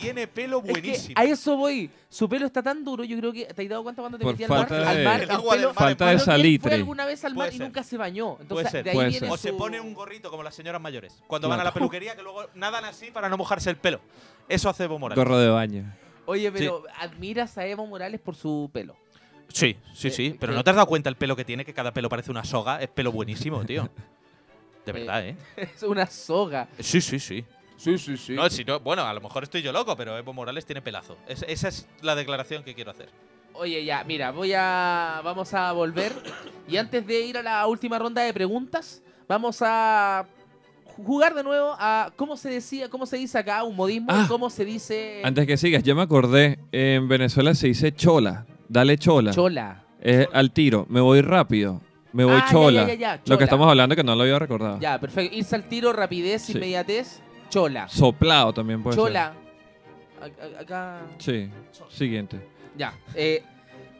tiene pelo Es que buenísimo. a eso voy. Su pelo está tan duro, yo creo que te has dado cuenta cuando te Por metí al mar, falta al de- mar, El el agua del pelo- mar es Falta de creo que él salitre. Fue alguna vez al mar Puede y ser. nunca se bañó. Puede Entonces, ser. de ahí Puede viene ser. O se su- pone un gorrito como las señoras mayores. Cuando van a Claro. la peluquería, que luego nadan así para no mojarse el pelo. Eso hace Evo Morales. Gorro de baño. Oye, pero admiras a Evo Morales por su pelo. Sí, sí, sí. Eh, Pero que- ¿no te has dado cuenta el pelo que tiene? Que cada pelo parece una soga. Es pelo buenísimo, tío. De verdad, ¿eh? Es una soga. Sí, sí, sí. Sí, sí, sí. No, si no, bueno, a lo mejor estoy yo loco, pero Evo Morales tiene pelazo. Es- esa es la declaración que quiero hacer. Oye, ya, mira, voy a. Vamos a volver. Y antes de ir a la última ronda de preguntas, vamos a ju- jugar de nuevo a cómo se decía, cómo se dice acá un modismo, Ah. cómo se dice Antes que sigas, yo me acordé, en Venezuela se dice chola, dale chola. chola. Es al tiro, me voy rápido, me voy Ah, ya, chola. ya, ya, ya, Lo chola. que estamos hablando que no lo había Ah. recordado. Ya, perfecto. Irse al tiro, rapidez, Sí. inmediatez, chola. Soplado también puede chola. A- a- Acá. ser. Sí, siguiente. Ya. eh,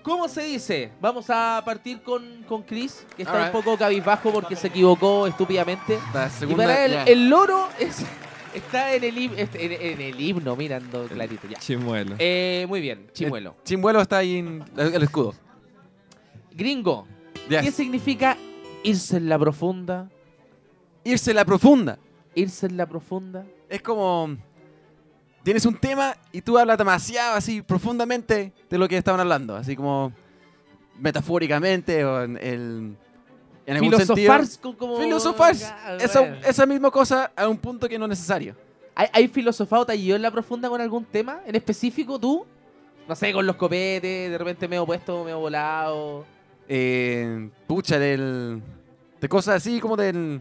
¿Cómo se dice? Vamos a partir con, con Chris, que está Alright. un poco cabizbajo porque se equivocó estúpidamente. La Y segunda. para él, ya. el loro es- está en el, him- este, en, en el himno, mirando clarito, ya. Chimuelo. Eh, muy bien, chimuelo. Chimuelo está ahí en el escudo. Gringo, Yes. ¿qué significa irse en la profunda? Irse a la profunda. Irse en la profunda. Es como. Tienes un tema y tú hablas demasiado, así profundamente, de lo que estaban hablando. Así como. Metafóricamente o en, el, en algún sentido. Filosofar co- como... Filosofar. Ya, Esa, bueno. esa misma cosa a un punto que no es necesario. ¿Hay, hay filosofado talló en la profunda con algún tema en específico tú? No sé, con los copetes, de repente medio puesto, medio volado. Eh, pucha, del. De cosas así como del.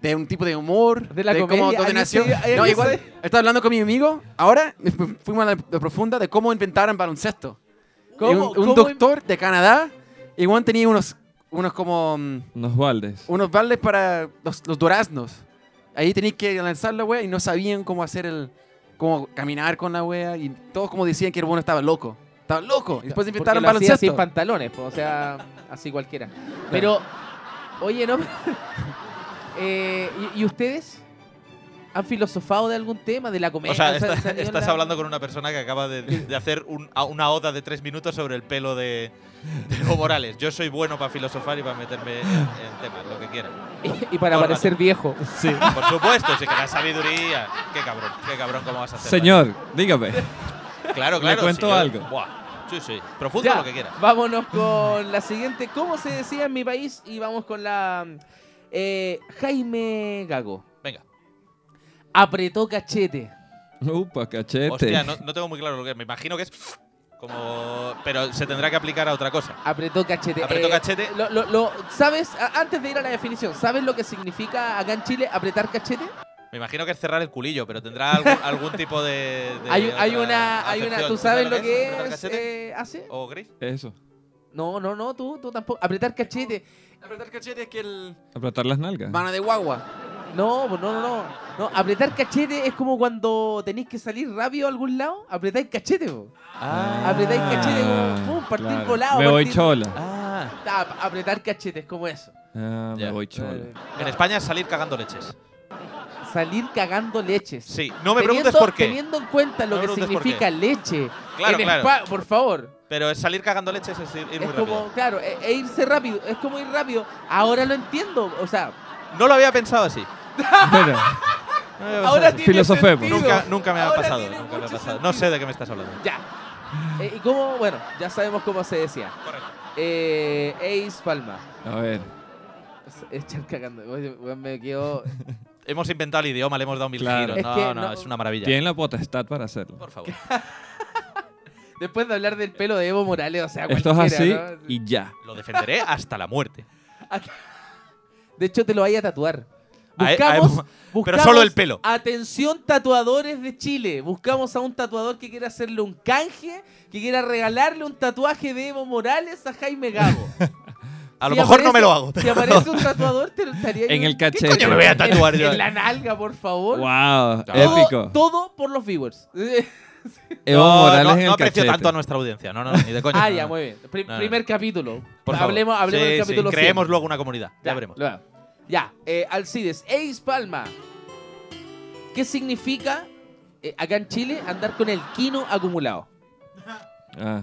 De un tipo de humor. De la cómo- comedia, dónde ¿alguien nació. se- alguien No, se- igual. Estaba hablando con mi amigo. Ahora fu- fuimos a la, la profunda de cómo inventaron baloncesto. Y un- un cómo- doctor de Canadá. Igual tenía unos. Unos como. mm, Unos baldes. unos baldes para los, los duraznos. Ahí tenéis que lanzar la wea y no sabían cómo hacer el. cómo caminar con la wea. Y todos como decían que el bueno estaba loco. Estaba loco. Y después Porque inventaron lo hacía sin baloncesto. pantalones, pues, o sea, así cualquiera. Pero, oye, ¿no? Eh, ¿y, y ustedes han filosofado de algún tema, de la comedia? O sea, ¿Se- está- se han ido en estás la- hablando con una persona que acaba de, de hacer un- a- una oda de tres minutos sobre el pelo de, de Evo Morales. Yo soy bueno para filosofar y para meterme en, en temas, lo que quieras. Y, para Todo el parecer viejo. Sí. Por supuesto, si que la sabiduría. Qué cabrón, qué cabrón, cómo vas a hacer. Señor, dígame. claro, le claro. cuento yo- algo. Buah, sí, sí. Profundo Ya, lo que quieras. vámonos con la siguiente. ¿Cómo se decía en mi país? Y vamos con la... eh, Jaime Gago. Venga. Apretó cachete. Upa, cachete. Hostia, no, no tengo muy claro lo que es. Me imagino que es como. Pero se tendrá que aplicar a otra cosa. Apretó cachete. Apretó Eh, cachete. lo- lo- lo- ¿Sabes? A- Antes de ir a la definición, ¿sabes lo que significa acá en Chile apretar cachete? Me imagino que es cerrar el culillo, pero tendrá algún, algún tipo de. de hay, hay otra una, hay una, acepción. ¿tú sabes lo que ¿Apretar es? cachete? eh, ¿Hace? ¿O gris? Eso. No, no, no, tú, tú tampoco. Apretar cachete. Apretar cachete es que el. Aplatar las nalgas. Mano de guagua. No, pues no, no, no. No, apretar cachete es como cuando tenéis que salir rápido a algún lado, apretáis cachete, po. Ah, apretáis cachete Ah, como, pum, partir volado, Me voy partir- chola. Ah, ap- apretar cachete es como eso. Ah, me Ya. voy Eh, chola. En España es salir cagando leches. Salir cagando leches. Sí, no me Teniendo- preguntes por qué, Teniendo en cuenta lo No me que preguntes por qué. significa leche. Claro, en claro. Espa- por favor. pero es salir cagando leches es ir, ir es muy como, rápido. claro, e, e irse rápido. Es como ir rápido. Ahora lo entiendo. O sea, No lo había pensado así. No Espera. lo había pensado ahora así. tiene Filosofemos. sentido. Nunca, nunca me ha Ahora pasado. tiene Nunca me ha mucho pasado. No sé de qué me estás hablando. Ya. Eh, y cómo, bueno, ya sabemos cómo se decía. Correcto. Eh, Ace Palma. A ver. Es- Echar cagando. Oye, weón, Me quedo. Hemos inventado el idioma, le hemos dado mil Claro. giros. Es No, que no, no- es una maravilla. Tienen la potestad para hacerlo. Por favor. Después de hablar del pelo de Evo Morales, o sea, Esto es así cualquiera, ¿no? y ya. Lo defenderé hasta la muerte. De hecho, te lo vaya a tatuar. A- a- Buscamos, pero buscamos- solo el pelo. Atención, tatuadores de Chile. Buscamos a un tatuador que quiera hacerle un canje, que quiera regalarle un tatuaje de Evo Morales a Jaime Gabo. A lo Si mejor no me lo hago. aparece- Si aparece un tatuador, te lo estaría En yo- el ¿Qué cachete. coño me voy a tatuar yo? En la nalga, por favor. Wow, Todo- épico. Todo por los viewers. Evo no, Morales no, en el no aprecio cachete. tanto a nuestra audiencia. No, no, no, ni de coña. ah, no, ya, no. muy bien. Pri- No, no. primer capítulo. Por favor. hablemos hablemos Sí, del sí, capítulo 100. Creemos luego una comunidad. Ya, Ya, veremos. lo vemos. Ya, eh, Alcides, Ace Palma. ¿Qué significa eh, acá en Chile andar con el quino acumulado? Ah.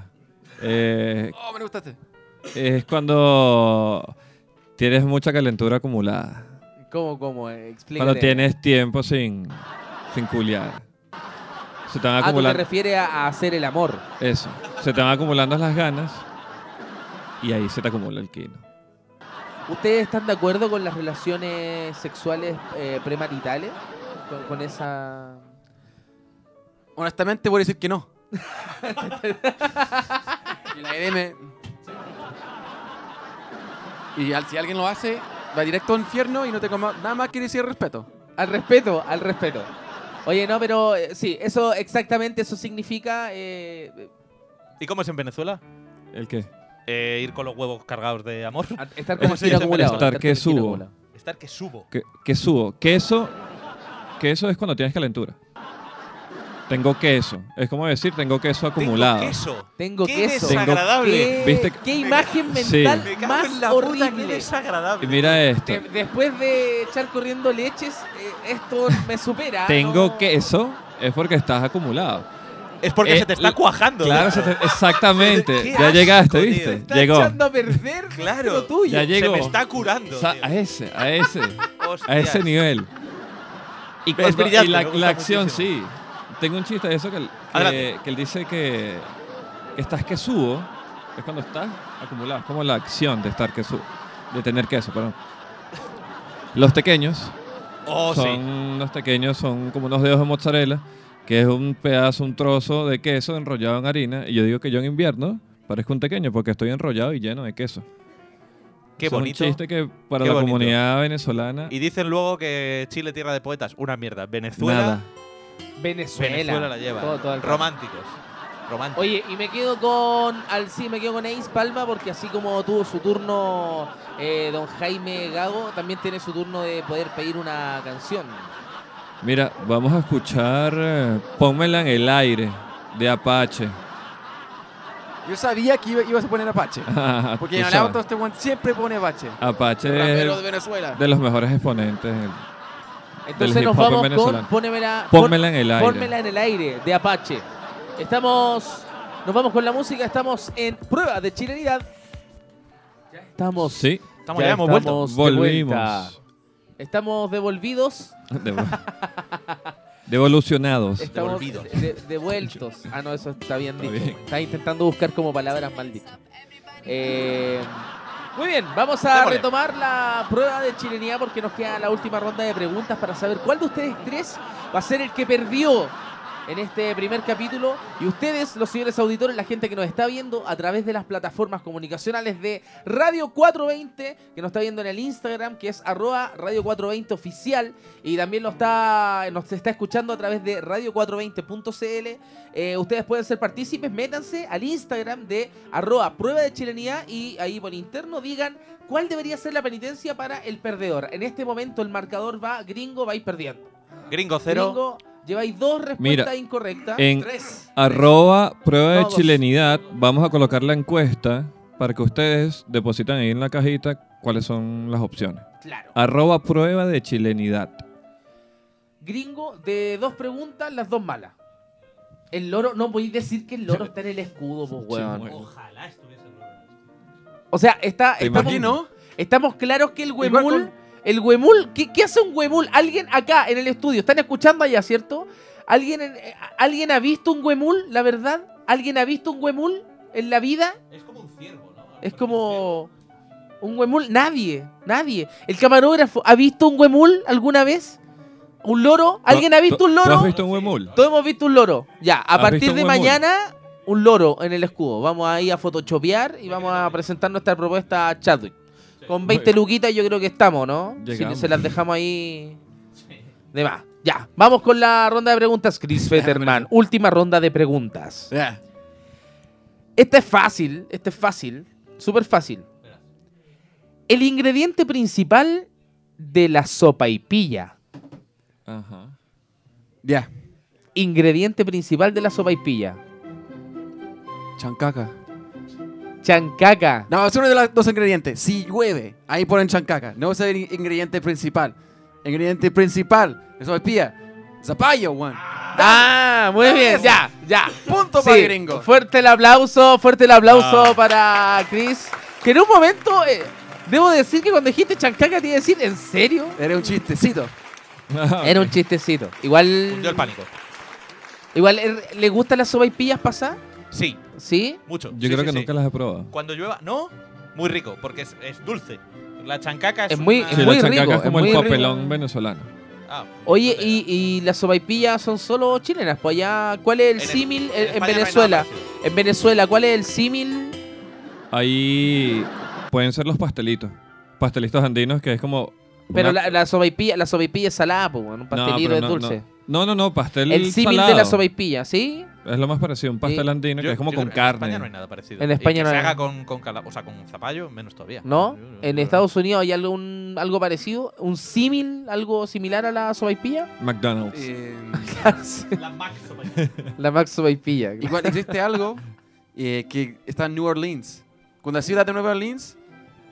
Eh, Oh, me gustaste. es cuando tienes mucha calentura acumulada. ¿Cómo, cómo? Eh, Explícate. Cuando tienes tiempo sin, sin culiar. Se te van Ah, tú te acumulando. refieres a, a hacer el amor. Eso. Se te van acumulando las ganas. Y ahí se te acumula el kilo. ¿Ustedes están de acuerdo con las relaciones sexuales eh, premaritales? Con, con esa... Honestamente, voy a decir que no. y la E EDM. Y al- si alguien lo hace, va directo al infierno y no te coma. Nada más quiere decir respeto. Al respeto, al respeto. Oye, no, pero eh, sí, eso exactamente, eso significa... eh, ¿Y cómo es en Venezuela? ¿El qué? Eh, ir con los huevos cargados de amor. a- estar ¿Cómo con el quino se dice en acumulado. Venezuela? Estar que con el quino subo. acumulado. Estar que subo. Que, que subo. Queso. Queso es cuando tienes calentura. Tengo queso. Es como decir, tengo queso acumulado. Tengo queso. Tengo Qué queso. desagradable. ¿Qué, ¿Viste? qué imagen Sí. mental Me cago más en la puta, qué horrible? Y desagradable. mira esto. De- después de echar corriendo leches, eh, esto me supera. Tengo ¿no? queso es porque estás acumulado. Es porque Eh, se te está l- cuajando. Claro, se te- exactamente. Qué Ya asco, llegaste, tío. ¿viste? Está Llegó. echando a perder Claro. lo tuyo. Ya Se llegó. me está curando. O sea, tío. a ese, a ese, a Hostias. ese nivel. Y, cuando- brillante, y la, me gusta la acción, muchísimo. sí. Tengo un chiste de eso que, él- que, Adelante. que él dice que, que estás que subo, es cuando estás acumulado. Es como la acción de estar que subo, de tener queso, perdón. Los pequeños Oh, son sí. unos pequeños, son como unos dedos de mozzarella, que es un pedazo, un trozo de queso enrollado en harina. Y yo digo que yo en invierno parezco un pequeño porque estoy enrollado y lleno de queso. Qué Eso es bonito. un chiste que para Qué la bonito. comunidad venezolana. Y dicen luego que Chile, tierra de poetas, una mierda. Venezuela, nada. Venezuela. Venezuela la lleva. Todo- todo el rato. Románticos. Románticos. Oye, y me quedo con al sí, me quedo con Ace Palma porque así como tuvo su turno eh, don Jaime Gago, también tiene su turno de poder pedir una canción. Mira, vamos a escuchar eh, Pónmela en el aire de Apache. Yo sabía que iba- ibas a poner Apache. Porque Tú en el auto sabes, este weón siempre pone Apache. Apache Rapero de es Venezuela. Eh. de los mejores exponentes. Entonces hip nos hop en vamos con Venezuela. Pónemela, pon- Pónmela en el aire. Pónmela en el aire de Apache. Estamos, nos vamos con la música, estamos en prueba de chilenidad. Estamos, Sí, Estamos, ya hemos vuelto. estamos de vuelta. volvimos. Estamos devolvidos, Devo- Devolucionados. estamos Devolvidos. de- devueltos. Ah, no, eso está bien Está dicho. bien. Está intentando buscar como palabras mal dichas. Eh, muy bien, vamos a Démosle. retomar la prueba de chilenidad porque nos queda la última ronda de preguntas para saber cuál de ustedes tres va a ser el que perdió en este primer capítulo. Y ustedes, los señores auditores, la gente que nos está viendo a través de las plataformas comunicacionales de Radio 420, que nos está viendo en el Instagram, que es arroba Radio 420 oficial, y también lo está, nos está escuchando a través de radio420.cl. Eh, ustedes pueden ser partícipes, métanse al Instagram de arroba prueba de chilenidad y ahí por interno digan cuál debería ser la penitencia para el perdedor. En este momento el marcador va gringo, vais perdiendo. Gringo cero. Gringo, lleváis dos respuestas Mira, incorrectas. en- Tres. Arroba prueba de Todos. chilenidad. Vamos a colocar la encuesta para que ustedes depositan ahí en la cajita cuáles son las opciones. Claro. Arroba prueba de chilenidad. Gringo, de dos preguntas, las dos malas. El loro, no podéis decir que el loro está en el escudo, pues, weón. bueno. Ojalá estuviese en Roma. O sea, está, Te estamos, ¿Por qué no? estamos claros que el Igual huemul. El huemul, ¿qué, qué hace un huemul? Alguien acá en el estudio, ¿están escuchando allá, cierto? ¿Alguien, en- eh, ¿Alguien ha visto un huemul, la verdad? ¿Alguien ha visto un huemul en la vida? Es como un ciervo, ¿no? Es como un huemul. Nadie, nadie. ¿El camarógrafo ha visto un huemul alguna vez? ¿Un loro? ¿Alguien ha visto un ¿Tú has loro? visto un huemul? Todos hemos visto un loro. Ya, a ¿Has visto partir un de huemul? mañana, un loro en el escudo. Vamos ahí a photoshopear y vamos a presentar nuestra propuesta a Chadwick. Con 20 luquitas yo creo que estamos, ¿no? Si Llegamos. se las dejamos ahí. De más. Ya, vamos con la ronda de preguntas, Chris Fetterman. Última ronda de preguntas. Ya. Esta es fácil, esta es fácil, súper fácil. El ingrediente principal de la sopa y pilla. Ajá. Ya. Ingrediente principal de la sopa y pilla. Chancaca. Chancaca. No, es uno de los dos ingredientes. Si llueve, ahí ponen chancaca. No es el in- ingrediente principal. Ingrediente principal. Eso es pía. Zapallo, Juan. Ah, muy bien, ya, ya. Punto para el gringo. Fuerte el aplauso, fuerte el aplauso Ah. para Chris. Que en un momento, eh, debo decir que cuando dijiste chancaca, te iba a decir, ¿en serio? Era un chistecito. Era un chistecito. Igual, Hundió Ah, el pánico. igual er, ¿le gustan las sopaipillas pasadas? Sí, ¿Sí? mucho. Yo Sí, creo sí, que sí. nunca las he probado. Cuando llueva, no, muy rico, porque es, es dulce. La chancaca es. Es muy- una- es Sí, muy la chancaca rico, es como es el muy papelón rico. venezolano. Ah, Oye, puta. y, y las sopaipillas son solo chilenas, pues allá, ¿cuál es el En el- símil eh, en en, en España no hay nada Venezuela? parecido. En Venezuela, ¿cuál es el símil? Ahí pueden ser los pastelitos. Pastelitos andinos, que es como. Pero una- la, la sopaipilla, la sopaipilla es salada, pues, bueno, un No, pastelito pero es no, dulce. No, no, no, pastel El símil salado. de la sopaipilla, ¿sí? Es lo más parecido, un pastel Sí. andino que Yo- es como yo con creo que En carne. España no hay nada parecido. En Y España que no se hay nada. haga con, con, cala- o sea, con zapallo, menos todavía. ¿No? Yo- yo- ¿En yo- Estados Unidos hay algún, algo parecido? ¿Un símil, algo similar a la sopaipilla? McDonald's. Eh, La máxima. la Max sopaipilla. claro. igual existe algo eh, que está en New Orleans. Con la ciudad de Nueva Orleans,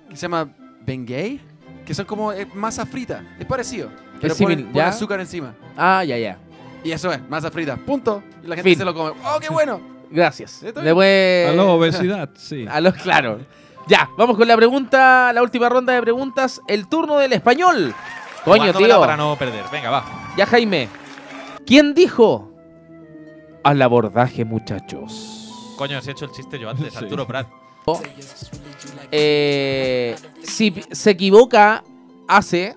que se llama Bengay, que son como eh, masa frita. Es parecido. Pero simil- ponen, ponen ¿ya? azúcar encima. Ah, ya, ya. Y eso es, masa frita. Punto. Y la gente Fin. se lo come. ¡Oh, qué bueno! Gracias. Está bien. Después... Aló, obesidad, sí. A los claro. Ya, vamos con la pregunta, la última ronda de preguntas. El turno del español. Coño, Jugándomela tío. Para no perder. Venga, va. Ya, Jaime. ¿Quién dijo? Al abordaje, muchachos. Coño, si he hecho el chiste yo antes, Sí. Arturo Prat. Eh, si p- se equivoca, hace,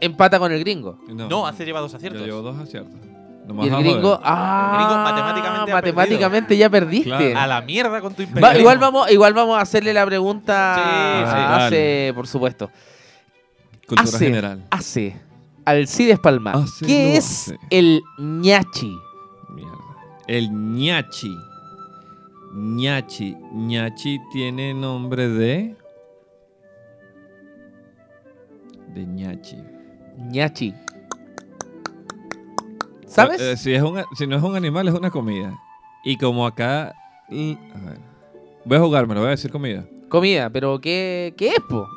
empata con el gringo. No, hace lleva dos Yo aciertos. llevo dos aciertos. No me Y el vas a joder. gringo, ah, El gringo matemáticamente ha matemáticamente ya perdiste. Claro. A la mierda con tu imperio. Va- igual, vamos, igual vamos a hacerle la pregunta Sí, sí. a Ace, por supuesto. Cultura hace, general. Hace Alcides Palma. Hace, ¿Qué lo es hace. el ñachi? Mierda. El ñachi. ñachi. ñachi tiene nombre de. De ñachi. ñachi. ¿Sabes? Eh, si, es un a- si no es un animal, es una comida. Y como acá. l- a ver. Voy a jugarme, lo voy a decir comida. Comida, pero ¿qué, qué es, po?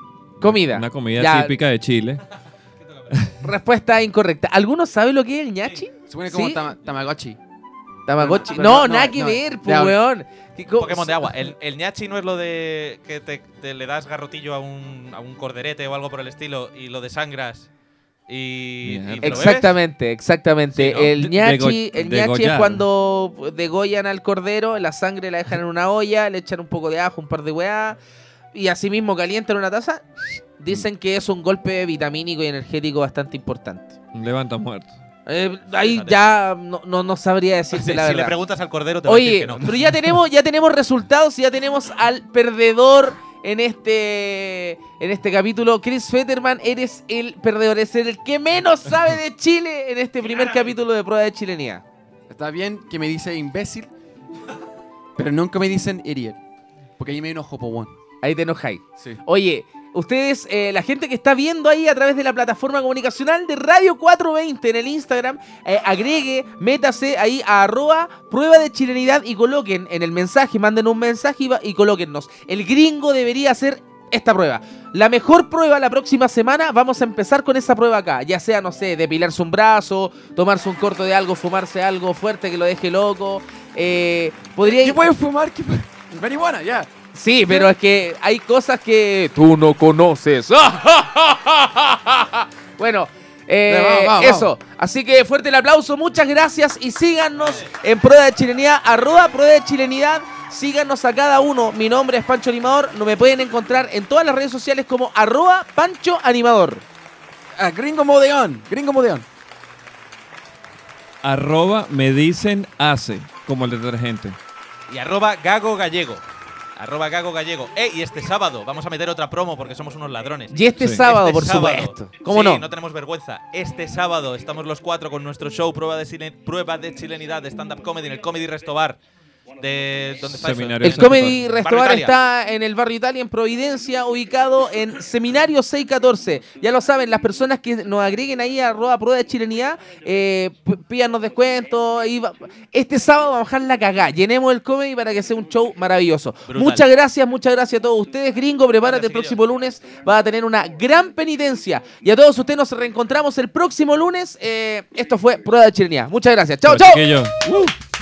Comida. Una comida Ya. típica de Chile. Respuesta incorrecta. ¿Alguno sabe lo que es el ñachi? Supone como ¿Sí? tama- Tamagotchi. Tamagotchi. Pero No, no, nada no, que no. ver, po, Ya, ok. weón. ¿Qué co- Pokémon de agua. El, el ñachi no es lo de que te, te le das garrotillo a un, a un corderete o algo por el estilo y lo desangras y, y te lo Exactamente, exactamente. Sí, ¿no? El De- ñachi, dego- el ñachi es degollar. cuando degollan al cordero, la sangre la dejan en una olla, le echan un poco de ajo, un par de weá, y así mismo calientan una taza. Dicen que es un golpe vitamínico y energético bastante importante. Un Levanta muerto. Eh, ahí Fíjate. ya no, no, no sabría decirte bebes. Si, la si le verdad. preguntas al cordero te va a decir Oye, que no. pero ya tenemos, ya tenemos resultados y ya tenemos al perdedor en este, en este capítulo. Chris Fetterman, eres el perdedor, es el que menos sabe de Chile en este primer capítulo de prueba de chilenía. Está bien que me dice imbécil, pero nunca me dicen idiot. Porque ahí me enojo por one. Ahí te enojáis. Sí. Oye, ustedes, eh, la gente que está viendo ahí a través de la plataforma comunicacional de Radio 420 en el Instagram, eh, agregue, métase ahí a arroba prueba de chilenidad y coloquen en el mensaje, manden un mensaje y, va- y colóquennos. El gringo debería hacer esta prueba. La mejor prueba la próxima semana, vamos a empezar con esa prueba acá. Ya sea, no sé, depilarse un brazo, tomarse un corto de algo, fumarse algo fuerte que lo deje loco. Eh, podría ¿Qué puedes fumar? ¿Qué puedes- Marihuana, ya. Sí, pero es que hay cosas que tú no conoces. bueno, eh, Ya, vamos, vamos, eso. Así que fuerte el aplauso, muchas gracias y síganos en Prueba de Chilenidad, arroba Prueba de Chilenidad. Síganos a cada uno. Mi nombre es Pancho Animador. No me pueden encontrar en todas las redes sociales como arroba Pancho Animador. Ah, gringo modeón. Gringo modeón. Arroba me dicen hace, como el detergente. Y arroba gago gallego. Arroba Gago Gallego. ¡Eh! Y este sábado vamos a meter otra promo porque somos unos ladrones. Y este Sí. sábado, Este por sábado. supuesto. ¿Cómo Sí, no? No tenemos vergüenza. Este sábado estamos los cuatro con nuestro show Prueba de, Silen- Prueba de Chilenidad de Stand Up Comedy en el Comedy Restobar. De, ¿Dónde está eso? Seminario El Barrio Comedy Italia. Restobar Barrio Italia. está en el barrio Italia, en Providencia, ubicado en Seminario 614. Ya lo saben, las personas que nos agreguen ahí a Roda Prueba de Chilenidad, eh, p- pídanos descuentos. y va- Este sábado vamos a bajar la cagá. Llenemos el comedy para que sea un show maravilloso. Brutal. Muchas gracias, muchas gracias a todos ustedes. Gringo, prepárate Gracias, el próximo lunes. Va a tener una gran penitencia. Y a todos ustedes nos reencontramos el próximo lunes. Eh, esto fue Prueba de Chilenidad. Muchas gracias. Chao, chao. Pero, chiquillos,